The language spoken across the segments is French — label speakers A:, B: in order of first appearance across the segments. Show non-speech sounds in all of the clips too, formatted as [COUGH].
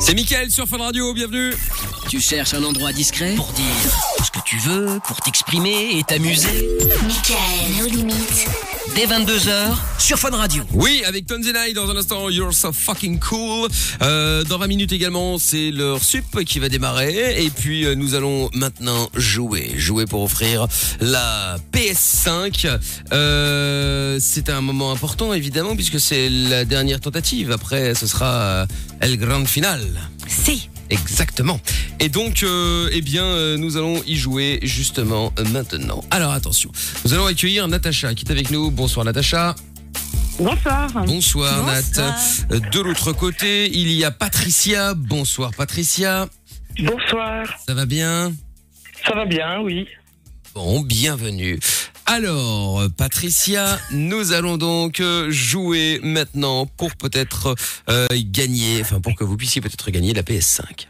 A: C'est Mickaël sur Fun Radio, bienvenue
B: Tu cherches un endroit discret pour dire ce que tu veux, pour t'exprimer et t'amuser
C: Michael, nos limites.
B: Dès 22h sur Fun Radio.
A: Oui, avec Tonzenai dans un instant, You're So Fucking Cool. Euh, dans 20 minutes également, c'est leur sup qui va démarrer. Et puis, euh, nous allons maintenant jouer. Jouer pour offrir la PS5. Euh, c'est un moment important, évidemment, puisque c'est la dernière tentative. Après, ce sera euh, El Grand Finale.
D: Si.
A: Exactement. Et donc, euh, eh bien, euh, nous allons y jouer justement euh, maintenant. Alors, attention. Nous allons accueillir Natacha qui est avec nous. Bonsoir, Natacha.
E: Bonsoir.
A: Bonsoir,
D: Bonsoir.
A: Nat. Euh, De l'autre côté, il y a Patricia. Bonsoir, Patricia.
E: Bonsoir.
A: Ça va bien
E: Ça va bien, oui.
A: Bon, bienvenue. Alors, euh, Patricia, nous allons donc euh, jouer maintenant pour peut-être euh, gagner, enfin pour que vous puissiez peut-être gagner la PS5.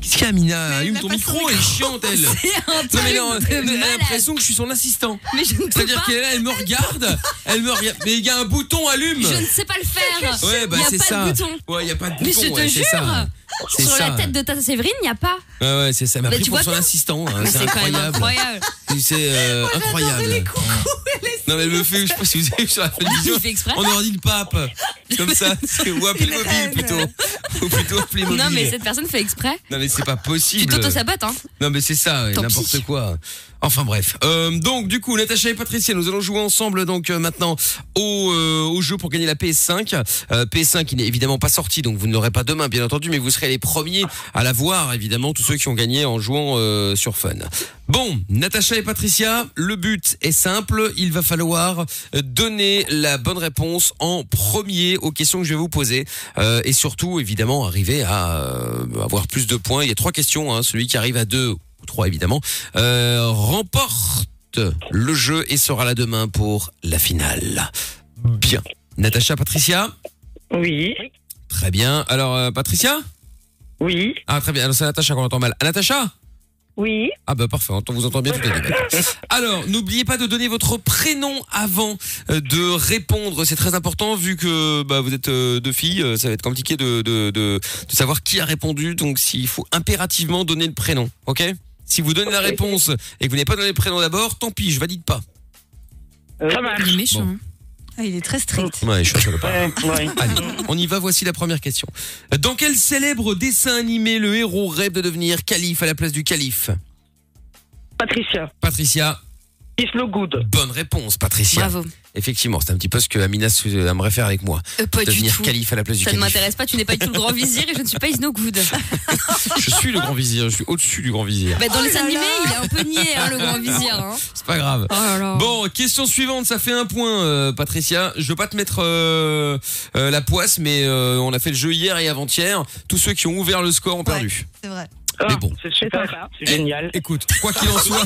A: Qu'est-ce qu'il y a, Mina
D: elle
A: Allume
D: a
A: ton
D: pas son
A: micro, elle est chiante, elle
D: [LAUGHS] C'est un
A: Non
D: truc
A: mais non,
D: de
A: elle a
D: malade.
A: l'impression que je suis son assistant.
D: Mais je ne sais
A: C'est-à-dire
D: pas.
A: qu'elle est là, elle me regarde, elle me regarde. Mais il y a un bouton allume.
D: Je ne sais pas le faire.
A: Ouais, bah
D: Il y a
A: c'est
D: pas de
A: ça.
D: bouton.
A: Ouais, il y a pas de
D: Mais
A: bouton.
D: je te
A: ouais, c'est
D: jure,
A: ça. C'est
D: Sur
A: ça.
D: la tête de Tata Séverine, il n'y a pas.
A: Ouais, ouais, c'est ça. Elle m'a
D: Bah,
A: pris
D: tu
A: pour
D: vois
A: son
D: bien.
A: assistant. hein,
D: Mais
A: C'est
D: c'est quand même
A: incroyable.
D: incroyable. [LAUGHS] Oh,
A: Tu sais, euh, incroyable. Non mais elle me fait, je sais pas si vous avez vu sur
D: [LAUGHS]
A: la télévision,
D: Il Oh, fait exprès.
A: on leur dit le pape, comme ça,
D: [LAUGHS]
A: c'est- ou appelez mobile plutôt, ou plutôt appelez mobile.
D: Non, mais cette personne fait exprès.
A: Non, mais c'est pas
D: Tu
A: possible.
D: t'auto-sabotes, hein.
A: Non mais c'est ça, ouais,
D: Tant
A: n'importe
D: pis.
A: quoi. Enfin bref. Euh, donc du coup, Natacha et Patricia, nous allons jouer ensemble donc euh, maintenant au, euh, au jeu pour gagner la PS5. Euh, PS5 qui n'est évidemment pas sorti, donc vous ne l'aurez pas demain bien entendu, mais vous serez les premiers à la voir évidemment, tous ceux qui ont gagné en jouant euh, sur Fun. Bon, Natacha et Patricia, le but est simple, il va falloir donner la bonne réponse en premier aux questions que je vais vous poser Euh, et surtout évidemment arriver à euh, avoir plus de points. Il y a trois questions, hein. celui qui arrive à deux ou trois évidemment euh, remporte le jeu et sera là demain pour la finale. Bien, Natacha, Patricia,
E: Oui.
A: très bien. Alors euh, Patricia,
E: Oui.
A: ah très bien, alors c'est Natacha qu'on entend mal. Ah, Natacha.
E: Oui.
A: Ah bah parfait, on vous entend bien tout à l'heure. Alors, n'oubliez pas de donner votre prénom avant euh, de répondre, c'est très important vu que bah, vous êtes euh, deux filles, euh, ça va être compliqué de, de, de, de savoir qui a répondu, donc s'il faut impérativement donner le prénom, ok Si vous donnez la
E: Ok.
A: réponse et que vous n'avez pas donné le prénom d'abord, tant pis, je valide pas. Euh,
E: Ça marche.
D: Il est méchant.
A: Bon.
D: hein. Ah, il est très strict.
A: Ouais, je suis un salopard.
E: Ouais, ouais. [LAUGHS]
A: Allez, on y va, voici la première question. Dans quel célèbre dessin animé le héros rêve de devenir calife à la place du calife
E: Patricia.
A: Patricia,
E: Kiss no good.
A: bonne réponse Patricia.
D: Bravo.
A: Effectivement, c'est un petit peu ce que Amina sou- euh, aimerait faire avec moi.
D: Euh, pas du
A: devenir
D: tout.
A: calife à la place du
D: Ça ne
A: calife.
D: m'intéresse pas, tu n'es pas du tout le grand vizir et je ne suis pas Is No Good.
A: Je suis le grand vizir, je suis au-dessus du grand vizir.
D: Bah, dans les animés, il est un peu niais, hein, le grand vizir. hein.
A: C'est pas grave.
D: Oh là là.
A: Bon, question suivante, ça fait un point, euh, Patricia. Je veux pas te mettre euh, euh, la poisse, mais euh, on a fait le jeu hier et avant-hier. Tous ceux qui ont ouvert le score ont perdu.
F: C'est vrai.
E: Ah,
A: Mais bon.
E: C'est super. C'est génial.
A: Écoute, quoi qu'il en soit,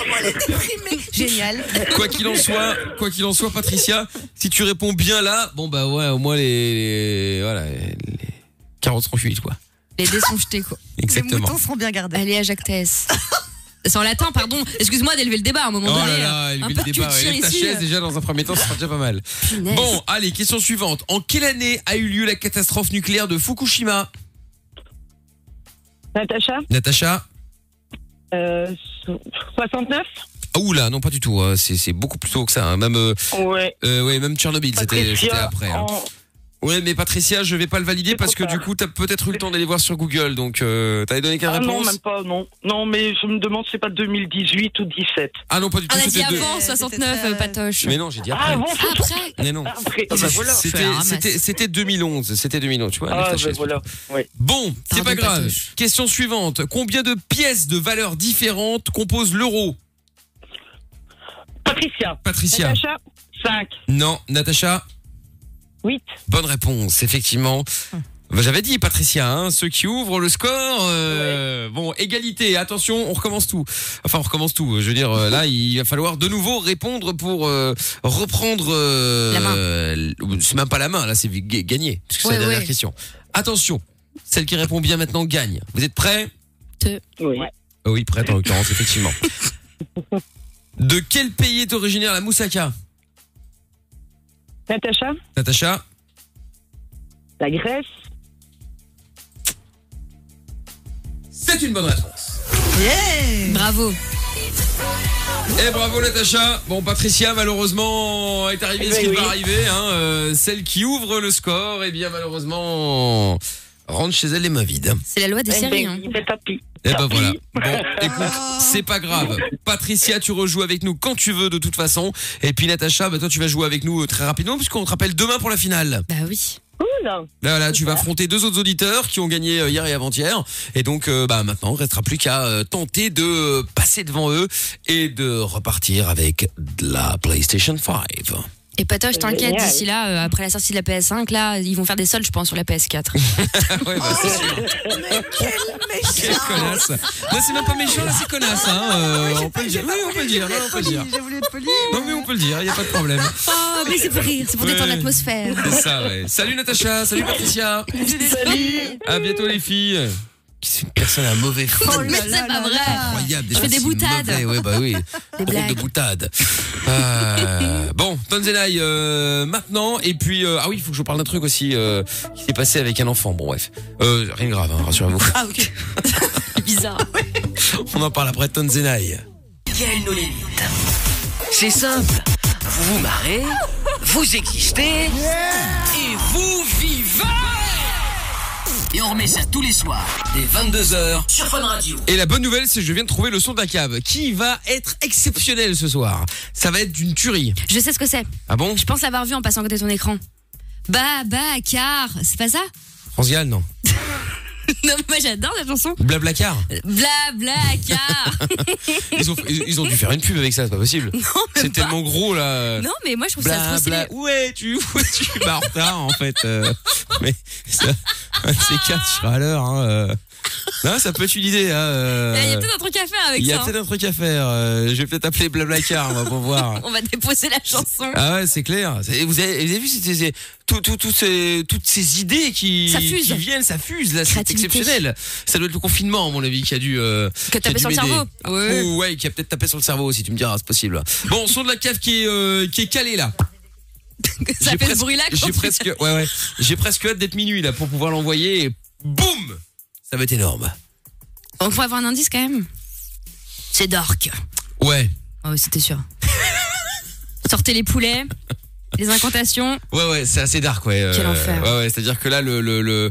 G: [LAUGHS]
F: Génial.
A: quoi qu'il en soit, quoi qu'il en soit, Patricia, si tu réponds bien là, bon bah ouais, au moins les, les- voilà, les 40 seront cuits, quoi.
D: Les dés sont jetés, quoi.
F: Les
A: Exactement.
F: moutons seront bien gardés.
D: Allez, à Jacques Tess. C'est en latin, pardon. Excuse-moi d'élever le débat à un moment
A: Oh
D: donné.
A: là
D: hein.
A: là, elle
D: euh, un
A: met
D: peu
A: le
D: de
A: débat,
D: culture
A: elle est ta
D: ici. euh.
A: chaise déjà dans un premier temps, ça sera déjà pas mal.
D: Punaise.
A: Bon, allez, question suivante. En quelle année a eu lieu la catastrophe nucléaire de Fukushima
E: Natacha.
A: Natacha
E: Euh, 69.
A: Ah oula, non pas du tout, euh, c'est c'est beaucoup plus tôt que ça. hein. Même, euh,
E: Ouais.
A: euh, ouais, même Tchernobyl, c'était c'était
E: Patricia
A: après. hein.
E: en-
A: Ouais, mais Patricia, je vais pas le valider
E: C'est
A: parce que
E: trop
A: du
E: tard.
A: coup, t'as peut-être eu le temps d'aller voir sur Google, donc euh, t'avais donné qu'une
E: Ah non,
A: réponse
E: même pas, non. Non, mais je me demande si c'est pas 2018 ou 17.
A: Ah non, pas du tout,
D: On a dit
A: c'était deux.
D: avant
F: Euh,
D: 69,
F: c'était,
D: euh,
F: euh,
D: Patoche.
A: Mais non, j'ai dit après. Ah,
E: Ah bon,
D: Ah, Après,
A: mais non.
E: après.
A: C'est-
D: voilà.
A: c'était-
D: Je fais un ramasse.
A: C'était c'était 2011, c'était 2011, tu vois. elle est
E: Ah,
A: fâchée,
E: ben
A: ce
E: voilà. Ouais.
A: Bon, c'est
D: Pardon,
A: pas grave.
D: Patoche.
A: Question suivante. Combien de pièces de valeurs différentes composent l'euro
E: Patricia.
A: Patricia.
E: Natacha. 5.
A: Non, Natacha.
E: 8.
A: Bonne réponse, effectivement. Bah, J'avais dit, Patricia, hein, ceux qui ouvrent le score. euh, Bon, égalité, attention, on recommence tout. Enfin, on recommence tout. Je veux dire, euh, là, il va falloir de nouveau répondre pour euh, reprendre... euh,
D: La main.
A: euh, c'est même pas la main, là, c'est ga- gagner, parce que c'est
D: Ouais,
A: la dernière
D: ouais.
A: question. Attention, celle qui répond bien maintenant gagne. Vous êtes prêts
E: Oui.
A: Ah Oui, prête en l'occurrence, effectivement. De quel pays est originaire la moussaka
E: Natacha.
A: Natacha
E: La Grèce.
A: une bonne réponse.
D: Bravo.
A: Et Eh, bravo Natacha. Bon Patricia malheureusement est arrivée ce qui va arriver. Hein, euh, celle qui ouvre le score, et bien malheureusement rentre chez elle les mains vides.
D: C'est la loi des séries. hein.
E: Eh ben, Il fait tapis.
A: Et ben voilà. Bon, écoute, c'est pas grave. Patricia, tu rejoues avec nous quand tu veux de toute façon. Et puis Natacha, bah, toi tu vas jouer avec nous euh, très rapidement puisqu'on te rappelle demain pour la finale.
D: Bah oui.
F: Cool.
A: Voilà, tu vas affronter deux autres auditeurs qui ont gagné euh, hier et avant-hier. Et donc, euh, bah, maintenant, il restera plus qu'à euh, tenter de euh, passer devant eux et de repartir avec de la PlayStation 5. [LAUGHS]
D: Et Patoche, t'inquiète,
F: Génial.
D: d'ici là, euh, après la sortie de la PS5, là, ils vont faire des soldes, je pense, sur
A: [LAUGHS]
D: la PS4.
A: ouais, bah, c'est sûr. Quelle connasse. Moi, c'est même pas méchant, là, c'est connasse. Hein. Euh, on peut le dire. Oui, on peut le dire. Non, on peut le dire.
G: J'ai voulu être poli.
A: Non, mais on peut le dire, il n'y a pas de problème.
D: Oh, mais c'est pour rire, c'est pour détendre
A: Ouais.
D: l'atmosphère.
A: C'est ça, ouais. Salut Natacha, salut Patricia. À bientôt les filles. C'est une personne à mauvais fond.
G: Oh là
D: [LAUGHS] Mais c'est
G: là
D: pas
G: là
D: vrai.
G: là.
A: Incroyable,
D: Je fais des
A: si
D: boutades.
A: mauvais. Ouais, bah
D: [LAUGHS]
A: oui. Drôle de
D: blagues.
A: boutades. Euh, bon, Tonzenai, euh, maintenant. Et puis, euh, ah oui, il faut que je vous parle d'un truc aussi euh, qui s'est passé avec un enfant. Bon, bref. Euh, rien de grave, hein, rassurez-vous. [LAUGHS]
G: Ah, ok.
D: C'est [LAUGHS] bizarre.
A: On en parle après Tonzenai.
B: Quelles nos limites C'est simple. Vous vous marrez, vous existez et vous vivez Et on remet ça tous les soirs, dès 22h, sur Fun Radio.
A: Et la bonne nouvelle, c'est que je viens de trouver le son de la cave qui va être exceptionnel ce soir. Ça va être d'une tuerie.
D: Je sais ce que c'est.
A: Ah bon
D: Je pense l'avoir vu en passant à côté de ton écran. Bah, bah, car. C'est pas ça
A: Transgal, non.
D: [LAUGHS] Non, mais moi j'adore cette chanson.
A: Blablacar.
D: [LAUGHS] Bla, bla, car.
A: Ils ont, ils, ils ont dû faire une pub avec ça, c'est pas possible.
D: mais
A: C'est
D: pas.
A: tellement gros là.
D: [LAUGHS] non, mais moi je trouve ça trop
A: Bla,
D: stylé.
A: bla. Ouais, tu, ouais,
D: [LAUGHS]
A: tu vas en retard en fait. euh. mais ça, [LAUGHS] un de ces quatre, tu seras à l'heure. Hein. euh. Non, ça peut être une idée. hein, euh.
D: Eh, Il y a peut-être un truc à faire avec
A: Il y a
D: ça. hein.
A: peut-être un truc à faire. euh, Je vais peut-être appeler Blablacar, on va pour
D: [LAUGHS]
A: voir.
D: On va déposer la
A: [LAUGHS]
D: chanson.
A: Ah ouais, c'est clair. C'est- Vous avez, vous avez vu, c'est- c'est- c'est- tout, tout, tout ces, toutes ces idées qui,
D: Ça fuse.
A: qui viennent, ça fuse. Là, c'est
D: Créativité.
A: exceptionnel. Ça doit être le confinement, à mon avis, qui a dû. Euh,
D: Que
A: qui a
D: taper
A: dû
D: sur le
A: m'aider.
D: cerveau.
A: Ah,
D: Ouais.
A: ou ouais, qui a peut-être tapé sur le cerveau aussi. Tu me diras, c'est possible. Bon, son de la cave qui est, euh, qui est calé là.
D: Ça
A: J'ai
D: fait ce
A: presque-
D: bruit là quand
A: J'ai
D: tu-
A: presque, ouais, ouais. J'ai presque hâte d'être minuit là pour pouvoir l'envoyer. et Boum, ça va être énorme.
D: On pourrait avoir un indice quand même. C'est Dork.
A: Ouais.
D: Ah oui, c'était sûr. Sortez les poulets, les incantations.
A: Ouais ouais c'est assez dark ouais. euh,
D: Quel enfer.
A: Ouais ouais c'est à dire que là le le, le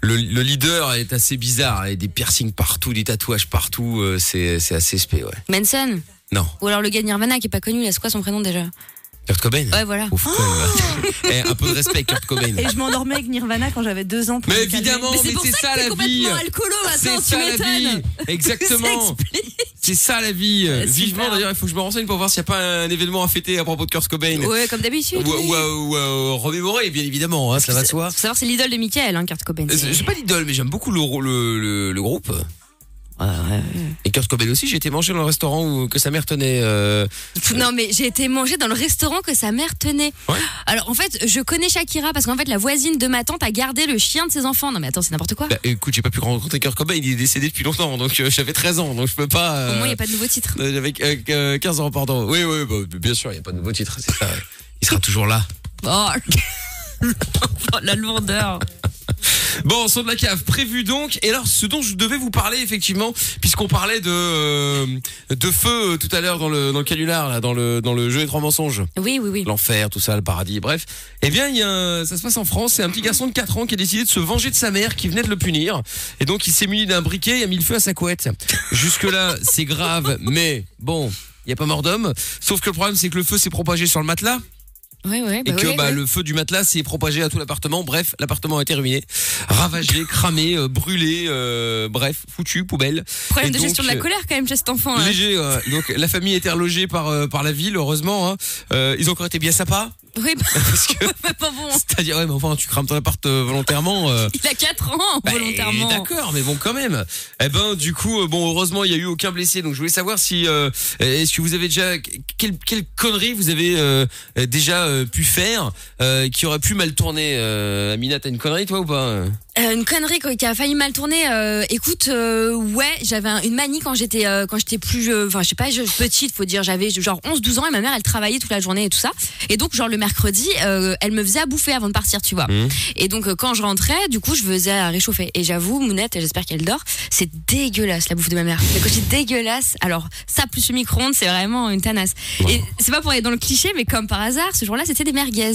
A: le le leader est assez bizarre et des piercings partout des tatouages partout euh, c'est c'est assez spé ouais.
D: Manson.
A: Non.
D: Ou alors le gars de Nirvana qui est pas connu, là, c'est quoi son prénom déjà
A: Kurt Cobain.
D: Ouais, Ah. voilà.
A: Ouf, quand même, hein. [LAUGHS] Eh, un peu de respect Kurt Cobain.
G: Et je m'endormais avec Nirvana quand j'avais deux ans. pour
A: Mais
G: me calmer.
A: évidemment mais c'est ça,
D: que t'es
A: la vie.
D: complètement alcoolo
A: C'est
D: maintenant, [LAUGHS] tu
A: ça la vie.
D: m'étonnes. Ça
A: Exactement.
D: explique.
A: C'est ça la vie.
D: Ouais,
A: Vivement
D: super.
A: d'ailleurs il faut que je me renseigne pour voir s'il n'y a pas un événement à fêter à propos de Kurt Cobain.
D: Ouais, comme
A: Ou,
D: d'habitude.
A: ou, ou- ou- ou- remémorer bien évidemment hein, ça va de soi.
D: Faut savoir, c'est l'idole de Michael, hein, Kurt Cobain.
A: Euh, J'ai pas d'idole, mais j'aime beaucoup le, le, le, le groupe. Et Kurt Cobain aussi, j'ai été manger dans le restaurant où, que sa mère tenait. euh,
D: Pff, Non mais j'ai été manger dans le restaurant que sa mère tenait.
A: Ouais.
D: Alors en fait, je connais Shakira parce qu'en fait la voisine de ma tante a gardé le chien de ses enfants. Non mais attends, c'est n'importe quoi.
A: Bah, écoute, j'ai pas pu rencontrer Kurt Cobain, il est décédé depuis longtemps, donc euh, j'avais 13 ans, donc je peux pas.
D: Au
A: euh,
D: moins il n'y a pas de nouveau titre.
A: euh, J'avais euh, euh, 15 ans, pardon. Oui, oui, bah, bien sûr, il n'y a pas de nouveau titre, c'est ça. Il sera toujours là.
D: Oh, oh, la lourdeur.
A: Bon, son de la cave prévu donc. Et alors, ce dont je devais vous parler effectivement, puisqu'on parlait de euh, de feu euh, tout à l'heure dans le dans le canular, là, dans le dans le jeu des trois mensonges.
D: Oui oui oui.
A: l'enfer, tout ça, le paradis, bref. Eh bien, il y a un- ça se passe en France. C'est un petit garçon de 4 ans qui a décidé de se venger de sa mère qui venait de le punir. Et donc, il s'est muni d'un briquet et a mis le feu à sa couette. Jusque-là, c'est grave, mais bon. Il n'y a pas mort d'homme. Sauf que le problème, c'est que le feu s'est propagé sur le matelas
D: Ouais ouais.
A: et
D: bah
A: que
D: oui,
A: bah,
D: oui.
A: le feu du matelas s'est propagé à tout l'appartement. Bref, l'appartement a été ruiné,
D: [LAUGHS]
A: ravagé, cramé, euh, brûlé, euh, bref, foutu, poubelle.
D: problème
A: et
D: de gestion
A: donc,
D: de la
A: euh,
D: colère quand même hein. chez cet enfant. là.
A: Léger. euh, donc la famille a été relogée par euh, par la ville, heureusement. hein. Euh, ils ont encore été bien sympas. [LAUGHS]
D: Oui. [LAUGHS] bah,
A: Parce que [LAUGHS]
D: bah, pas bon.
A: C'est-à-dire, ouais, mais enfin, tu crames ton appart euh, volontairement. euh,
D: Il a 4 ans
A: bah,
D: volontairement.
A: D'accord, mais bon, quand même. Eh ben, du coup, euh, bon, heureusement, il y a eu aucun blessé. Donc, je voulais savoir si, euh, est-ce que vous avez déjà, quelle, quelle connerie vous avez euh, euh, déjà euh, pu faire euh, qui aurait pu mal tourner. Euh, Amina, t'as une connerie, toi, ou pas
D: Euh, une connerie quoi, qui a failli mal tourner. euh, écoute, euh, ouais, j'avais un- une manie quand j'étais euh, quand j'étais plus, euh, enfin je sais pas, je- petite, faut dire, j'avais genre 11-12 ans et ma mère elle travaillait toute la journée et tout ça. Et donc genre le mercredi, euh, elle me faisait à bouffer avant de partir, tu vois.
A: Mhm.
D: Et donc euh, quand je rentrais, du coup je faisais à réchauffer. Et j'avoue, Mounette, et j'espère qu'elle dort, c'est dégueulasse la bouffe de ma mère. Mais quand je dis dégueulasse, alors ça plus le micro-ondes, c'est vraiment une tanasse. Et c'est pas pour aller dans le cliché, mais comme par hasard, ce jour-là c'était des merguez.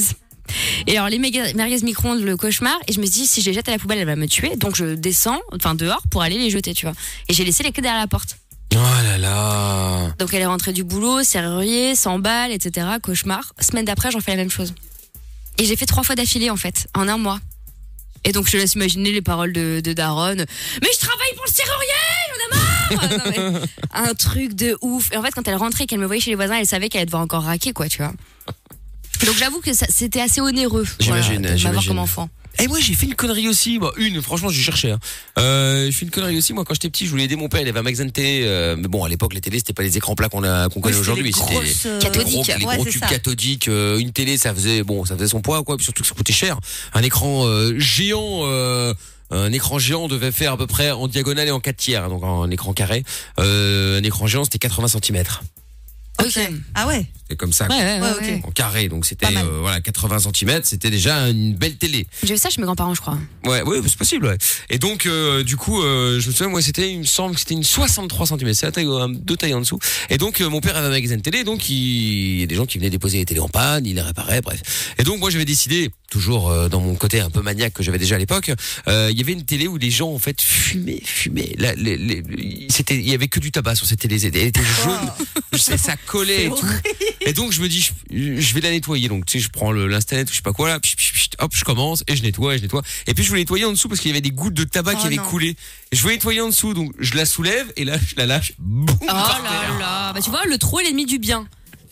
D: Et alors les méga- merguez micro-ondes, le cauchemar. Et je me dis, si je les jette à la poubelle, elle va me tuer. Donc je descends, enfin dehors, pour aller les jeter, tu vois. Et j'ai laissé les clés derrière la porte.
A: Oh là là.
D: Donc elle est rentrée du boulot, serrurier, 100 balles, etc. Cauchemar. Semaine d'après, j'en fais la même chose. Et j'ai fait trois fois d'affilée, en fait, en un mois. Et donc je te laisse imaginer les paroles de, de Daron. Mais je travaille pour le serrurier, j'en ai marre Non,
A: [LAUGHS]
D: mais Un truc de ouf. Et en fait, quand elle rentrait et qu'elle me voyait chez les voisins, elle savait qu'elle allait devoir encore raquer, quoi, tu vois. Donc j'avoue que ça- c'était assez onéreux voilà,
A: J'imagine,
D: de m'avoir
A: j'imagine.
D: comme enfant.
A: Et Eh, moi j'ai fait une connerie aussi, bah, une, franchement j'ai cherché. Hein. Euh, j'ai fait une connerie aussi, moi quand j'étais petit je voulais aider mon père, il avait un magasin de télé, euh, mais bon à l'époque les télés c'était pas les écrans plats qu'on a- qu'on connaît aujourd'hui, c'était les-
D: cathodiques.
A: gros, les
G: euh, Ouais,
A: gros
G: c'est
A: tubes
G: ça.
A: cathodiques, euh, une télé ça faisait bon ça faisait son poids quoi, puis surtout que ça coûtait cher. Un écran euh, géant, euh, un écran géant devait faire à peu près en diagonale et en 4 tiers, hein, donc en écran carré. Euh, un écran géant c'était 80 cm.
D: Ok.
G: Ah ouais
A: C'était comme ça.
D: Ouais, ouais, ouais,
G: Ouais, ok.
D: ouais.
A: En carré, donc c'était
G: Pas mal.
A: euh, voilà 80 cm, c'était déjà une belle télé.
D: J'ai vu ça chez mes grands-parents, je crois.
A: Ouais, ouais, c'est possible. Ouais. Et donc, euh, du coup, euh, je me souviens, moi, c'était, il me semble que c'était une 63 cm, c'est la taille, euh, deux tailles en dessous. Et donc, euh, mon père avait un magasin de télé, donc il il y a des gens qui venaient déposer les télés en panne, il les réparait, bref. Et donc, moi, j'avais décidé, toujours euh, dans mon côté un peu maniaque que j'avais déjà à l'époque, euh, il y avait une télé où les gens, en fait, fumaient, fumaient. Là, les- les- c'était, il y avait que du tabac sur cette télé, elle était jaune, je sais, ça collait et tout. Et donc je me dis, je, je vais la nettoyer. Donc tu sais, je prends le- l'installette ou je sais pas quoi là, pchit, pchit, pchit, hop, je commence et je nettoie, et je nettoie. Et puis je voulais nettoyer en dessous parce qu'il y avait des gouttes de tabac qui
G: Oh
A: avaient
G: non.
A: coulé. Et je voulais nettoyer en dessous, donc je la soulève et là je la lâche. Boum,
D: Oh
G: Ah.
A: par terre.
D: là là. Bah, tu vois, le trop est l'ennemi du bien.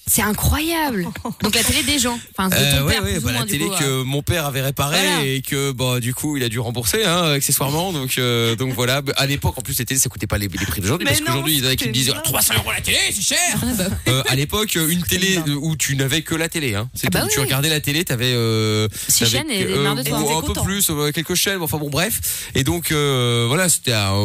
D: C'est incroyable. [LAUGHS] Donc la télé des gens. Enfin, de ton
A: Euh, ouais,
D: père,
A: ouais,
D: plus ou
A: bah,
D: moins,
A: la
D: du
A: télé
D: coup,
A: que
D: euh.
A: mon père avait réparée
D: Voilà.
A: et que bah du coup il a dû rembourser hein, accessoirement donc euh, donc voilà à l'époque en plus les télés ça coûtait pas les, les prix d'aujourd'hui
G: Mais
A: parce
G: non,
A: qu'aujourd'hui il y en a qui
G: c'était
A: me disent
G: énorme.
A: 300 euros la télé c'est cher
D: Ah, bah
A: Euh, à
D: [LAUGHS]
A: l'époque une télé
G: énorme.
A: où tu n'avais que la télé hein c'est
D: Ah bah
A: tout. tu
D: oui.
A: regardais la télé t'avais euh,
D: Six
A: t'avais
D: chaînes et
A: que-
D: des merdes de
A: ou
D: toi.
A: un peu plus euh, quelques chaînes enfin bon bref et donc euh, voilà c'était à- en,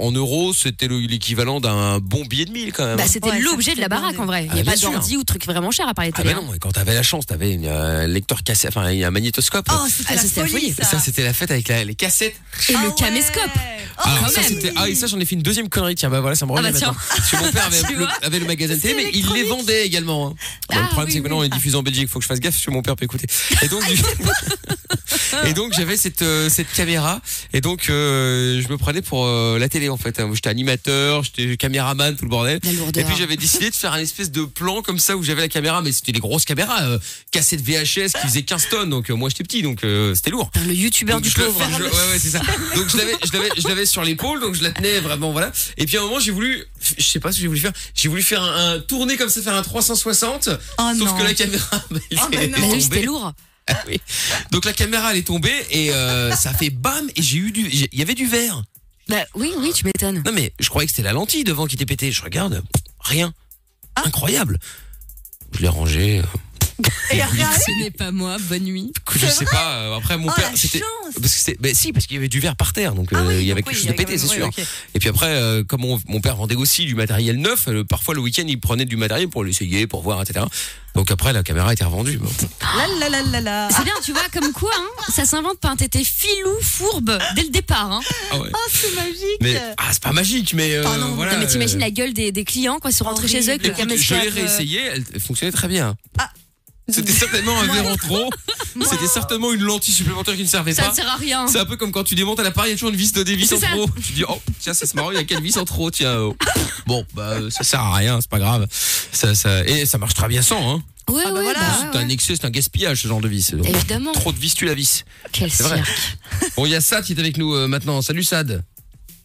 A: en euros c'était le- l'équivalent d'un bon billet de 1000 quand même hein.
D: Bah, c'était
G: Ouais, ça,
D: l'objet de la
G: c'était
D: baraque en vrai. Il
A: Ah,
D: n'y a
A: bien
D: pas
A: sûr.
D: d'ordi ou de truc vraiment cher à part les
A: ah
D: télé.
A: bah non, et quand t'avais la chance, t'avais une, euh, un lecteur cassette, enfin un magnétoscope.
G: Oh, c'était
D: Ah,
G: la,
D: ça, c'était la
G: folie,
D: folie.
A: Ça, c'était la fête avec la- les cassettes.
D: Et
G: Ah
D: le
G: ouais.
D: caméscope.
G: Oh,
A: Ah,
D: quand
A: ça,
D: même.
A: c'était- ah, et ça, j'en ai fait une deuxième connerie. Tiens, bah voilà, ça me revient
D: Ah, bah, tiens.
A: maintenant. Parce que mon
D: [LAUGHS]
A: père avait,
D: Tu
A: le,
D: vois
A: avait le magasin de télé, mais il les vendait également. hein. Bon,
D: Ah,
A: le problème,
D: oui,
A: c'est que maintenant,
D: oui.
A: il diffuse en Belgique. Faut que je fasse gaffe, parce que mon père peut écouter. Et donc, du- [LAUGHS] et donc j'avais cette, euh, cette caméra. Et donc, euh, je me prenais pour euh, la télé, en fait. hein. J'étais animateur, j'étais caméraman, tout le bordel.
D: La
A: Et
D: lourdeur.
A: puis j'avais décidé de faire un espèce de plan comme ça où j'avais la caméra, mais c'était des grosses caméras, euh, cassettes VHS qui faisaient 15 tonnes, donc euh, moi j'étais petit, donc euh, c'était lourd.
D: Putain, Le youtubeur
A: Donc,
D: du
A: je le
D: pauvre.
A: fais, je- ouais, ouais, c'est
G: [LAUGHS]
A: ça. Donc je l'avais, je l'avais, je l'avais sur l'épaule, donc je la tenais vraiment, voilà. Et puis à un moment, j'ai voulu, je sais pas ce que j'ai voulu faire, j'ai voulu faire un, un tourner comme ça, faire un 360.
G: Oh
A: sauf
G: non.
A: que la caméra, [LAUGHS] bah, elle
G: bah
A: est
G: non.
D: Bah oui,
A: tombée.
D: c'était lourd.
A: Ah oui. Donc la caméra, elle est tombée et euh, ça a fait bam et j'ai eu du, j'ai- il y avait du verre.
D: Bah oui, oui, tu m'étonnes.
A: Non mais je croyais que c'était la lentille devant qui était pétée. Je regarde, rien,
G: Ah.
A: incroyable. Je l'ai rangé. euh,
G: Et regardez,
D: Ce n'est pas moi, bonne nuit.
A: Je sais pas. euh, Après mon
G: oh,
A: père,
G: la
A: c'était.
G: chance.
A: Parce que c'est, ben si, parce qu'il y avait du verre par terre, donc
G: Ah
A: euh,
G: oui,
A: il y avait quelque
G: donc oui,
A: chose
G: il y
A: de
G: a
A: pété,
G: quand
A: c'est
G: même-
A: sûr.
G: oui, ok.
A: Et puis après, euh, comme mon, mon père vendait aussi du matériel neuf, euh, parfois le week-end, il prenait du matériel pour l'essayer, pour voir, etc. Donc après, la caméra a été revendue. Bon.
G: La la la la la. Ah,
D: C'est bien, tu vois, comme quoi, hein, ça s'invente pas. T'étais filou, fourbe, dès le départ. Hein.
A: Ah ouais.
G: Oh, c'est magique.
A: Mais ah, c'est pas magique, mais euh,
G: Ah non,
A: voilà.
D: Oh Non, mais t'imagines
A: euh,
D: la gueule des, des clients quand ils sont rentrés chez eux avec le
A: écoute, je
D: caméscope.
A: l'ai
D: euh,
A: réessayé, elle, elle fonctionnait très bien.
G: Ah.
A: C'était certainement un verre en
D: [LAUGHS]
A: trop. C'était certainement une lentille supplémentaire qui ne servait
D: Ça
A: pas.
D: ne sert à rien.
A: C'est un peu comme quand tu démontes à l'appareil, il y a toujours une vis de dévis
D: C'est
A: en
D: ça.
A: trop. Tu dis, oh, tiens, ça c'est marrant, il y a quelle vis en trop, tiens. oh. Bon, bah, euh, ça sert à rien, c'est pas grave. Ça, ça, et ça marche très bien sans, hein.
D: Ouais,
G: Ah bah
D: ouais,
G: voilà.
D: bah
A: c'est
D: ouais,
A: un excès, c'est un gaspillage, ce genre de vis.
D: ouais. Évidemment.
A: Trop de vis, tu la vis.
D: Quel
A: C'est vrai.
D: cirque.
A: Bon, il y a Sad qui est avec nous euh, maintenant. Salut Sad.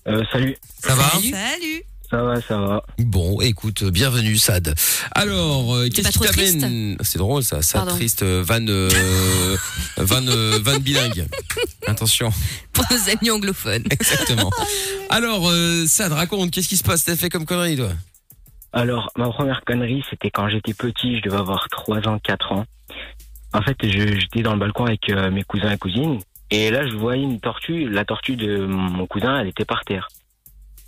E: Euh, salut,
A: Ça va
G: Salut.
E: ça va, ça va.
A: Bon, écoute, euh, bienvenue Sad. Alors, euh, qu'est-ce
D: pas
A: qui
D: trop
A: t'amène C'est drôle ça, Sad
D: Pardon.
A: triste, euh, van,
D: [LAUGHS]
A: euh, van, euh, van bilingue. Attention, [LAUGHS]
D: Pour nos amis anglophones.
A: exactement. Alors, euh, Sad, raconte, qu'est-ce qui se passe T'as fait comme connerie, toi
E: Alors, ma première connerie, c'était quand j'étais petit, je devais avoir 3 ans, 4 ans. En fait, je- j'étais dans le balcon avec euh, mes cousins et cousines, et
F: Et là, je voyais une tortue, la tortue de mon cousin, elle était par terre.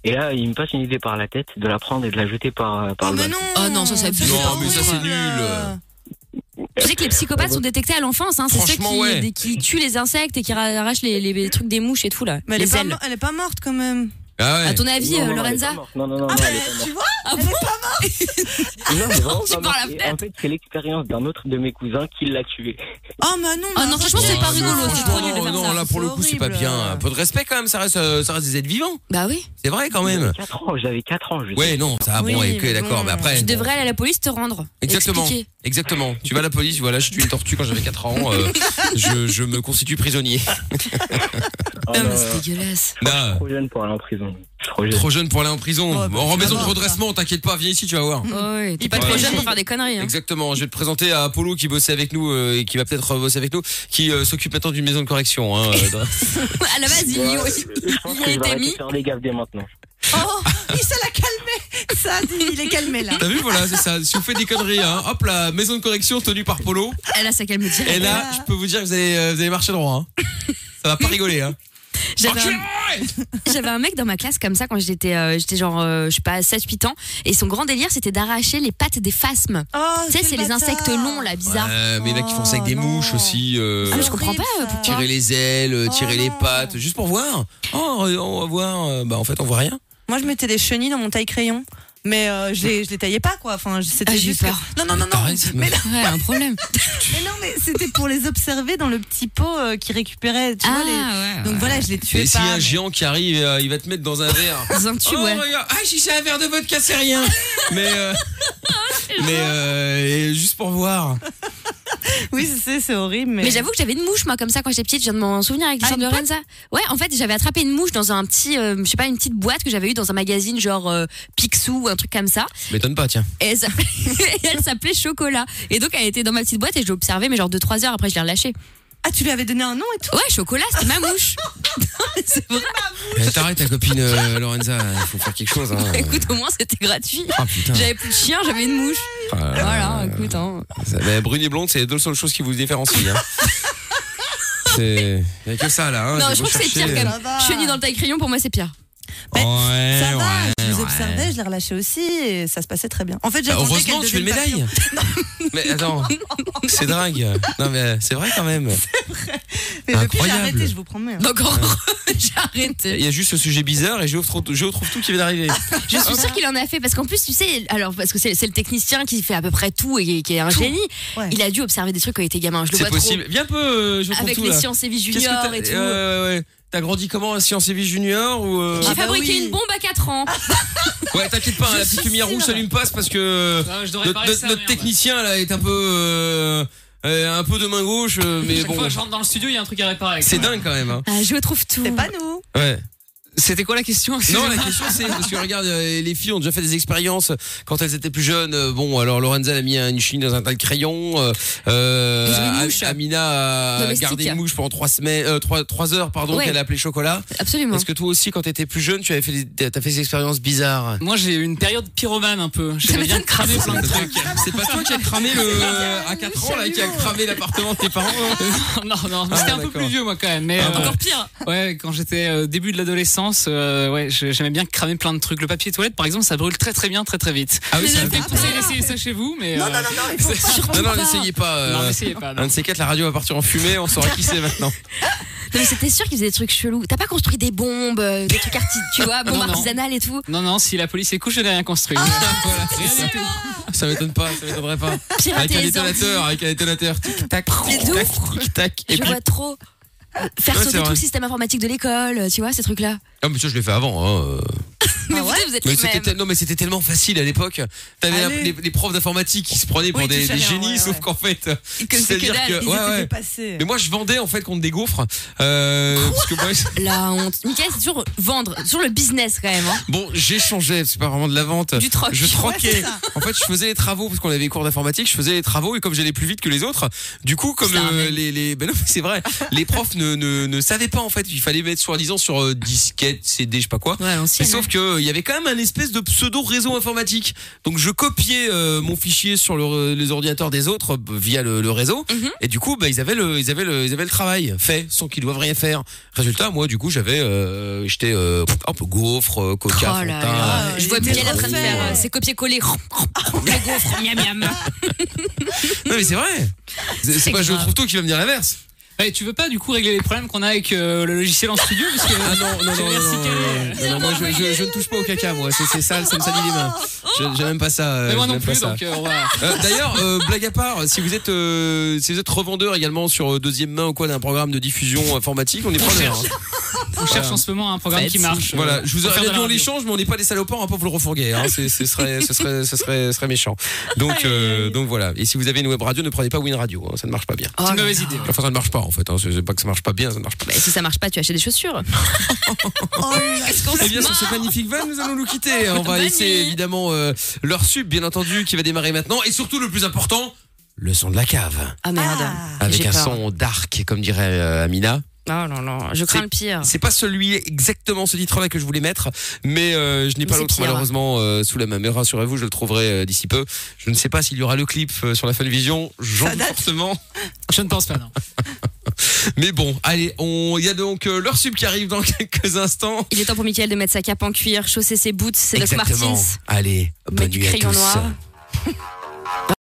F: Et là, il me passe une idée par la tête de la prendre et de la jeter par, euh, par
G: Oh,
F: le
G: mais
F: balcon.
G: non
D: Oh non, ça, c'est abusé,
A: Ah, bah, Non,
D: par
A: mais ça,
D: contre.
A: c'est nul.
D: Tu sais que les psychopathes sont détectés à l'enfance, hein. C'est ceux
A: Franchement,
D: qui,
A: ouais.
D: des- qui tuent les insectes et qui ra- arrachent les, les- les trucs des mouches et tout, là.
G: Mais elle est,
D: les
G: pas,
D: ailes.
G: mo- elle est pas morte quand même.
A: Ah
D: À
A: ouais.
D: ton avis,
F: Non,
D: euh,
F: non, non, elle est
D: Lorenza
F: pas morte. Non, non, non, non,
G: bah,
F: elle est pas
G: [LAUGHS]
F: morte.
G: tu vois
F: Non, mais vraiment
D: Tu
F: pas
D: parles
F: morte.
D: à
F: Et
D: peine.
F: En fait, c'est l'expérience d'un autre de mes cousins qui l'a tué.
G: Oh, mais non,
D: Oh
G: mais
D: non, franchement, c'est
A: Ah,
D: pas
A: mais
D: rigolo, c'est
A: franchement,
D: trop nul de faire
A: non,
D: ça.
A: là pour le coup, c'est pas
G: horrible.
A: bien. Un peu de respect quand même, ça reste, euh, ça reste des êtres vivants.
D: Bah oui.
A: C'est vrai quand même.
F: 4 ans, j'avais 4 ans. Je sais.
A: Ouais, non, ça, bon,
G: Oui,
A: ok,
G: mais
A: d'accord,
G: bon.
A: mais après.
D: Tu devrais aller à la police te rendre. et
A: Exactement.
D: expliquer.
A: Exactement. Tu vas à la police, voilà, je tue une tortue quand j'avais 4 ans,
G: [LAUGHS]
A: euh, je, je me constitue prisonnier.
F: Oh,
A: Euh,
D: Non, mais
F: non, non,
D: c'est [LAUGHS]
F: non.
D: dégueulasse.
A: Non,
F: Trop jeune pour aller en prison. Je suis Trop jeune.
A: trop jeune pour aller en prison.
G: Ouais, bah,
A: en
G: tu
A: maison
G: vas
A: de
G: voir,
A: redressement, t'inquiète pas, viens ici, tu vas voir.
D: Oh, ouais, T'es pas
A: Ouais.
D: trop
A: Ouais.
D: jeune pour faire des
G: Mmh.
D: conneries, hein.
A: Exactement, je vais te présenter à Apollo qui bossait avec nous euh, et qui va peut-être bosser avec nous, qui euh, s'occupe maintenant d'une maison de correction. Hein, euh, dans-
G: [LAUGHS]
D: [LAUGHS] À la base, il y-
F: Ouais, je pense
D: il y a
F: que je vais
D: été
F: arrêter
D: mis.
F: de faire les gaffes dès maintenant.
G: Oh, il ça l'a calmé. Ça, il est calmé là.
A: T'as vu, voilà, c'est ça. Si vous faites des conneries, hein, hop, la maison de correction tenue par Polo.
D: Elle a sa calme direct.
A: Et là, je peux vous dire que vous allez, euh, vous allez marcher droit. Hein. Ça
G: [LAUGHS]
A: va pas rigoler. Hein.
D: J'avais un-
A: Enculé
D: J'avais un mec dans ma classe comme ça quand j'étais euh, j'étais genre euh, je sais pas 7 8 ans et son grand délire c'était d'arracher les pattes des phasmes.
G: Oh,
D: Tu sais c'est les insectes longs là bizarres.
A: Ouais, Euh, mais il y en a qui font ça avec des
G: Oh,
A: mouches
G: non.
A: aussi. euh,
D: Ah, mais je comprends pas euh,
G: horrible, ça.
D: pourquoi.
A: tirer les ailes, euh,
G: Oh
A: tirer les
G: non.
A: pattes, juste pour voir. Oh, on va voir. euh, Bah, en fait, on voit rien.
G: Moi, je mettais des chenilles dans mon taille-crayon. Mais euh, je, les, je les taillais pas quoi. Enfin, je- c'était
D: Ah, j'ai eu
G: juste. que-
D: peur.
G: Non, non, non, non.
A: Pareil, ça me-
G: Mais, non,
D: Ouais, un problème.
G: [LAUGHS] mais non, mais c'était pour les observer dans le petit pot euh, qui récupérait. Tu vois, les...
D: ouais.
G: Donc voilà, je les tuais
A: Et s'il
G: pas.
A: y a un
G: mais-
A: géant qui arrive, euh, il va te mettre dans un verre.
D: [LAUGHS] Dans un tube,
A: oh,
D: ouais.
A: regarde. Ah, j'ai un verre de vodka, c'est
D: [LAUGHS]
A: rien. mais euh, mais euh, et juste pour voir.
G: Oui, je sais, c'est horrible. Mais,
D: Mais j'avoue que j'avais une mouche moi comme ça quand j'étais petite, je viens de m'en souvenir avec l'histoire
G: Ah,
D: de
G: une
D: Renza. Ouais, en fait, j'avais attrapé une mouche dans un petit euh, je sais pas une petite boîte que j'avais eu dans un magazine genre euh, Picsou ou un truc comme ça
A: M'étonne pas, tiens.
D: et elle s'appelait [LAUGHS] et elle s'appelait Chocolat. Et donc elle était dans ma petite boîte et je l'observais mais genre 2 3 heures après je l'ai relâchée.
G: Ah, tu lui avais donné un nom et tout.
D: Ouais, Chocolat, c'était
A: [LAUGHS]
D: ma mouche.
A: Ah
D: c'est vrai.
A: Eh, T'arrêtes ta copine euh, Lorenza, il faut faire quelque chose. Hein.
D: [LAUGHS] Écoute, au moins c'était gratuit.
A: Ah putain.
D: J'avais plus de chien, j'avais une mouche.
A: Ah,
D: Voilà, écoute. Hein.
A: ça- mais brune et blonde, c'est les deux seules choses qui vous différencient.
D: [LAUGHS]
A: Hein. C'est. Il a que ça là. Hein.
D: Non,
A: J'ai
D: je
A: beau
D: trouve que c'est
A: chercher,
D: pire quand
A: euh,
G: Ça
D: même.
G: va.
D: Chenille dans le taille-crayon, pour moi, c'est pire.
G: même.
A: Ouais, Eh
G: ça va,
A: ouais,
G: je les
A: ouais.
G: observais, je les relâchais aussi et ça se passait très bien. En fait, j'ai
A: Bah,
G: demandé
A: heureusement,
G: qu'elle
A: tu fais une
G: devienne
A: médaille.
D: [LAUGHS]
A: mais attends, c'est dingue. Non, mais euh, c'est vrai quand même.
G: papillon. Mais depuis, j'ai
A: Incroyable.
G: arrêté, je vous promets. hein.
D: Donc, en gros, [LAUGHS] j'ai
A: Il
D: arrêté.
A: y a juste ce sujet bizarre et je trouve tout qui vient d'arriver.
D: Je suis
G: Ah.
D: sûre qu'il en a fait parce qu'en plus, tu sais, alors parce que c'est c'est le technicien qui fait à peu près tout et qui est un génie.
G: Ouais.
D: Il a dû observer des trucs quand il était gamin. Je le
A: C'est
D: vois
A: possible. Viens un peu, euh, je
D: trop.
A: trouve
D: Avec
A: tout,
D: les
A: là.
D: sciences et vie
A: Qu'est-ce que
D: junior
A: t'as-
D: et tout.
A: euh, ouais, ouais. T'as grandi comment à Sciences et Vie Junior ou euh,
D: J'ai
G: Ah bah
D: fabriqué
G: oui. Ah.
D: une bombe à 4 ans.
A: Ouais, t'inquiète pas, hein, la petite lumière rouge s'allume pas c'est parce que euh,
H: Ah, je devrais
A: notre,
H: parler
A: notre-
H: ça,
A: notre
H: merde.
A: technicien là est un peu euh, euh, un peu de main gauche, euh, mais
H: Chaque
A: bon,
H: fois que je rentre dans le studio, il y a un truc à réparer.
A: c'est
H: quand même.
A: dingue quand même. hein.
D: Ah, je trouve tout.
G: C'est pas nous.
A: Ouais.
H: C'était quoi la question
A: Non, la question c'est parce que regarde, euh, les filles ont déjà fait des expériences euh, quand elles étaient plus jeunes. Euh, Bon, alors Lorenza elle a mis une chenille dans un tas de crayons. euh, Euh,
D: Ils ont une
A: Am-
D: mouche.
A: Amina a
D: Domestique.
A: gardé une mouche pendant trois semaines, euh, trois, trois heures pardon
D: Ouais.
A: qu'elle a appelé chocolat.
D: Absolument.
A: Est-ce que toi aussi quand t'étais plus jeune, tu avais fait des, t'as fait des expériences bizarres
H: Moi, j'ai eu une période pyromane un peu. J'aimais bien cramer plein de trucs.
A: C'est pas toi qui as cramé le euh, à 4 ans là qui a cramé l'appartement de tes parents
H: non, non,
A: Ah,
H: euh, c'était un peu
A: d'accord.
H: plus vieux, moi, quand même. Mais, euh,
D: Ah,
A: Ah.
D: Encore pire.
H: ouais, quand j'étais euh, début de l'adolescence, euh, ouais, je- j'aimais bien cramer plein de trucs. Le papier toilette, par exemple, ça brûle très très bien, très très vite.
A: Ah oui,
H: Je
A: ça
H: vous conseille d'essayer ça chez vous, mais. euh,
A: Non non, n'essayez pas. euh,
H: Non, n'essayez pas. non.
A: Un de ces quatre, la radio va partir en fumée, on saura qui c'est maintenant.
D: Non, mais c'était sûr qu'il faisait des trucs chelous. T'as pas construit des bombes, euh, des trucs arti tu
A: Ah
D: vois, bombes
H: Non, non.
D: artisanales et tout.
H: Non, non, si la police est couche, je n'ai rien construit.
A: Voilà. Ça m'étonne pas, ça m'étonnerait pas. Avec
D: Pirater
A: un
D: les
A: détonateur, avec un détonateur, tic tac,
D: Mais
A: tic
D: de
A: tac,
D: ouf.
A: tic tac. Et
D: Je
A: puis,
D: vois trop. euh, Faire
A: Ouais, c'est
D: sauter tout
A: vrai.
D: le système informatique de l'école, euh, tu vois, ces trucs-là.
A: ah mais ça je l'ai fait avant. Hein. euh.
D: Mais vous, vous êtes
A: Mais
D: les
A: c'était
D: mêmes.
A: tel- non mais c'était tellement facile à l'époque. T'avais la-
G: Allez.
A: les, les profs d'informatique qui se prenaient pour
G: Oui,
A: des,
G: touche à
A: des
G: rien,
A: génies,
G: ouais,
A: sauf
G: ouais.
A: qu'en fait,
D: que c'est que dalle,
A: ouais,
G: Ils étaient
A: ouais.
G: dépassés.
A: Mais moi je vendais en fait contre des gaufres. Euh, parce que moi, je-
D: La honte. Michael, c'est toujours vendre, toujours le business quand même. hein.
A: bon j'échangeais, c'est pas vraiment de la vente.
D: Du troc.
A: Je
G: Ouais,
A: troquais.
G: c'est ça.
A: en fait je faisais les travaux parce qu'on avait des cours d'informatique. Je faisais les travaux et comme j'allais plus vite que les autres, du coup comme
D: C'est un
A: euh,
D: mec.
A: les les ben non mais c'est vrai, les profs ne, ne ne savaient pas en fait. Il fallait mettre soi-disant sur euh, disquette, CD, je sais pas quoi.
D: Ouais,
A: Et
D: l'ancienne.
A: sauf que euh, il y avait quand même un espèce de pseudo réseau informatique. Donc je copiais euh, mon fichier sur le- euh, les ordinateurs des autres euh, via le, le réseau et du coup bah ils avaient le ils avaient le ils avaient le travail fait sans qu'ils doivent rien faire. Résultat moi du coup j'avais euh, j'étais euh, hop gaufre, euh, coca,
D: Oh là
A: Fanta.
D: là.
G: Ah,
D: Je vois
G: il
D: bien
G: était
D: en train de
G: parfait.
D: faire. euh, C'est copier-coller. Le gaufre, miam
H: [LAUGHS]
D: miam.
A: Non mais c'est vrai. C'est c'est
D: C'est
A: pas je
D: grave.
A: trouve tout qui va me dire l'inverse.
H: Eh, tu veux pas du coup régler les problèmes qu'on a avec euh, le logiciel en studio parce que
A: Ah non, non, non, non,
H: Merci,
A: non,
H: Karel.
A: non, non, non, moi, je, je- je ne touche pas au caca, moi. C'est- C'est sale, ça me salit les mains. Je- J'aime même pas ça. euh,
H: Mais moi
A: j'aime
H: non
A: même pas
H: plus
A: ça.
H: donc euh, on va-
A: Euh, D'ailleurs, euh, blague à part, si vous êtes euh, si vous êtes revendeur également sur euh, deuxième main ou quoi d'un programme de diffusion informatique, on est preneur. hein.
H: on cherche en ce moment un [LAUGHS] programme qui marche.
A: Voilà,
H: euh,
A: je vous
H: pour
A: aurais
H: faire
A: bien
H: de
A: dit on
H: la radio.
A: l'échange, mais on n'est pas des salopards, un pauvre le refourguer. Hein. C'est- Ce serait ce serait ce serait ce serait méchant. Donc euh, donc voilà. Et si vous avez une web radio, ne prenez pas Win Radio, hein, ça ne marche pas bien.
H: C'est une mauvaise idée.
A: Enfin, ça ne marche pas en fait. Hein. C'est c'est pas que ça marche pas bien, ça ne marche pas.
D: Bah, si ça marche pas, tu achètes des [LAUGHS] chaussures. Oh Qu'est-ce qu'on
A: Eh
D: se
A: bien, sur
D: marre
A: ce magnifique van, nous allons nous quitter. On va
D: Bonne
A: laisser
D: nuit.
A: évidemment euh, leur sub, bien entendu, qui va démarrer maintenant. Et surtout, le plus important, le son de la cave.
D: Ah merde.
A: Avec
D: J'ai
A: un
D: peur.
A: son dark, comme dirait euh, Amina.
D: Non, non, non. Je crains le pire.
A: C'est pas celui exactement ce titre-là que je voulais mettre, mais euh, je n'ai
D: Mais
A: pas
D: c'est
A: l'autre
D: pire.
A: malheureusement euh, sous la main. Mais rassurez-vous, je le trouverai euh, d'ici peu. Je ne sais pas s'il y aura le clip euh, sur la Funvision, j'en doute fortement.
H: Je ne pense pas non.
A: Mais bon, allez, on- il y a donc euh, leur sub qui arrive dans [LAUGHS] quelques instants.
D: Il est temps pour Mickaël de mettre sa cape en cuir, chausser ses boots, ses Doc
A: Exactement.
D: Martens.
A: Allez, bonne
D: Mettre du
A: nuit à
D: crayon
A: tous.
D: noir.